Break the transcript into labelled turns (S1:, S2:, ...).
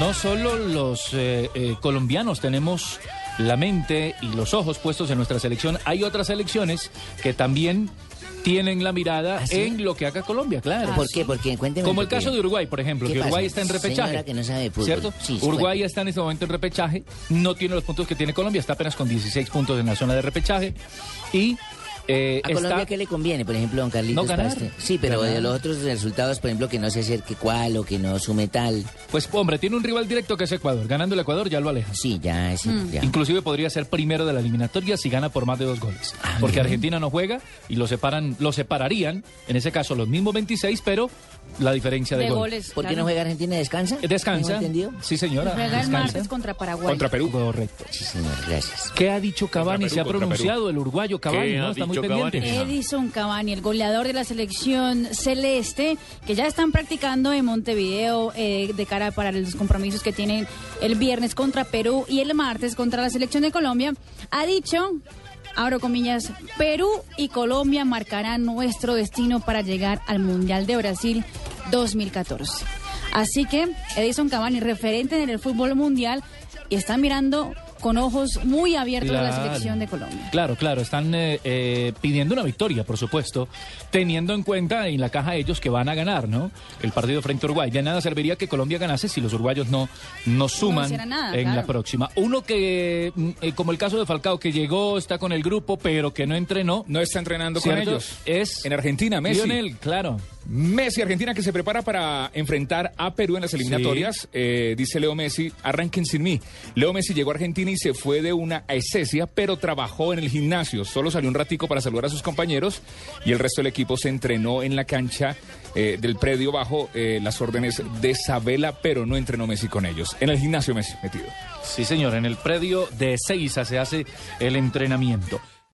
S1: No solo los eh, eh, colombianos tenemos la mente y los ojos puestos en nuestra selección, hay otras selecciones que también tienen la mirada
S2: ¿Ah, sí? Ah,
S1: en lo que haga Colombia, claro.
S2: ¿Por qué? Porque cuénteme.
S1: Como el
S2: porque-
S1: caso de Uruguay, por ejemplo,
S2: ¿Qué
S1: que Uruguay está
S2: pasa?
S1: en repechaje.
S2: Señora que no sabe de fútbol.
S1: ¿Cierto?
S2: Sí, sí,
S1: Uruguay
S2: cuente.
S1: está en este momento en repechaje, no tiene los puntos que tiene Colombia, está apenas con 16 puntos en la zona de repechaje y eh,
S2: ¿A
S1: está
S2: Colombia qué le conviene, por ejemplo, don Carlitos?
S1: No ganar.
S2: para usted? Sí, pero
S1: Ganar.
S2: de los otros resultados, por ejemplo, que no se acerque cuál o que no sume tal.
S1: pues hombre, tiene un rival directo que es Ecuador, ganando el Ecuador ya lo aleja.
S2: Sí, ya, sí,
S1: Mm.
S2: ya.
S1: Inclusive podría ser primero de la eliminatoria si gana por más de dos goles. Porque Argentina no juega y lo separan, lo separarían, en ese caso los mismos 26, pero la diferencia de,
S3: de
S1: gol.
S3: goles.
S2: ¿Por qué
S3: claro.
S2: no juega Argentina? ¿Descansa?
S1: Descansa.
S2: ¿Tengo entendido?
S1: Sí, señora.
S3: Juega el
S1: descansa.
S3: martes contra Paraguay.
S1: Contra Perú. Correcto.
S2: Sí, señor, gracias.
S1: ¿Qué ha dicho Cavani?
S4: Perú,
S1: Se ha
S4: contra
S1: pronunciado el uruguayo Cavani,
S4: ¿Qué
S1: ¿no?
S4: ha
S1: Está muy
S4: dicho Cavani?
S1: pendiente.
S3: Edison Cavani, el goleador de la selección celeste, que ya están practicando en Montevideo eh, de cara para los compromisos que tienen el viernes contra Perú y el martes contra la selección de Colombia, ha dicho, abro comillas, Perú y Colombia marcarán nuestro destino para llegar al Mundial de Brasil 2014. Así que Edison Cavani, referente en el fútbol mundial, y está mirando con ojos muy abiertos a la
S1: Claro.
S3: selección de Colombia.
S1: Claro, claro, están eh, eh, pidiendo una victoria, por supuesto, teniendo en cuenta en la caja ellos que van a ganar, ¿no? El partido frente a Uruguay. De nada serviría que Colombia ganase si los uruguayos no, no suman
S3: hicieran nada,
S1: en la
S3: claro.
S1: próxima. Uno que, mm, eh, como el caso de Falcao, que llegó, está con el grupo, pero que no entrenó.
S5: No está entrenando con
S1: ¿cierto?
S5: ellos.
S1: Es
S5: en Argentina, Messi.
S1: Lionel, claro.
S5: Messi, Argentina, que se prepara para enfrentar a Perú en las eliminatorias. Eh, dice Leo Messi, arranquen sin mí. Leo Messi llegó a Argentina y se fue de una esencia, pero trabajó en el gimnasio. Solo salió un ratico para saludar a sus compañeros y el resto del equipo se entrenó en la cancha eh, del predio bajo eh, las órdenes de Sabela, pero no entrenó Messi con ellos. En el gimnasio Messi metido.
S1: Sí, señor, en el predio de Seiza se hace el entrenamiento.